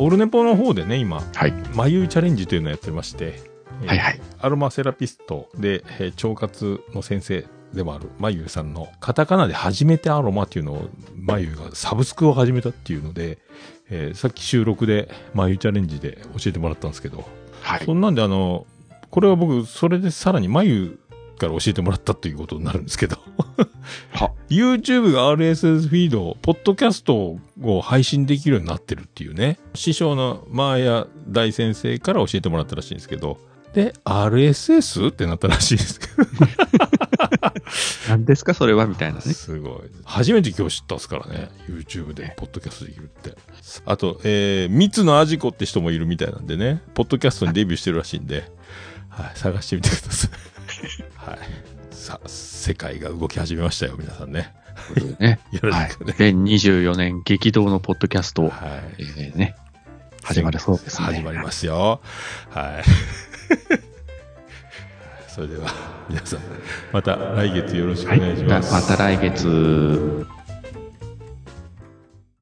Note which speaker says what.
Speaker 1: オルネポの方でね、今、
Speaker 2: はい
Speaker 1: 眉チャレンジというのをやってまして、えー
Speaker 2: はいはい。
Speaker 1: アロマセラピストで、えー腸活の先生でもあるまゆうさんのカタカナで初めてアロマっていうのをまゆうがサブスクを始めたっていうので、えーさっき収録でまゆチャレンジで教えてもらったんですけど、
Speaker 2: はい
Speaker 1: そ。んなんであの、これは僕、それでさらにまゆから教えてもらったということになるんですけど、
Speaker 2: は
Speaker 1: YouTube が RSS フィード、ポッドキャストを配信できるようになってるっていうね、師匠のマーヤ大先生から教えてもらったらしいんですけど、で、RSS? ってなったらしいですけ
Speaker 2: 何ですかそれはみたいな
Speaker 1: ど、
Speaker 2: ね。
Speaker 1: すごい。初めて今日知ったっすからね、YouTube で、ポッドキャストできるって。あと、えー、三つのアジコって人もいるみたいなんでね、ポッドキャストにデビューしてるらしいんで、 はい、探してみてください。はい。 さあ、世界が動き始めましたよ、皆さんね。
Speaker 2: ということでね。
Speaker 1: よろ
Speaker 2: は
Speaker 1: し
Speaker 2: い。
Speaker 1: くね。
Speaker 2: 2024年激動のポッドキャスト、
Speaker 1: はい
Speaker 2: えーね、始まるそうですね。。
Speaker 1: 始まりますすよ。はい。 それでは、皆さん、また来月よろしくお願いし
Speaker 2: ま
Speaker 1: ます。
Speaker 2: た来月。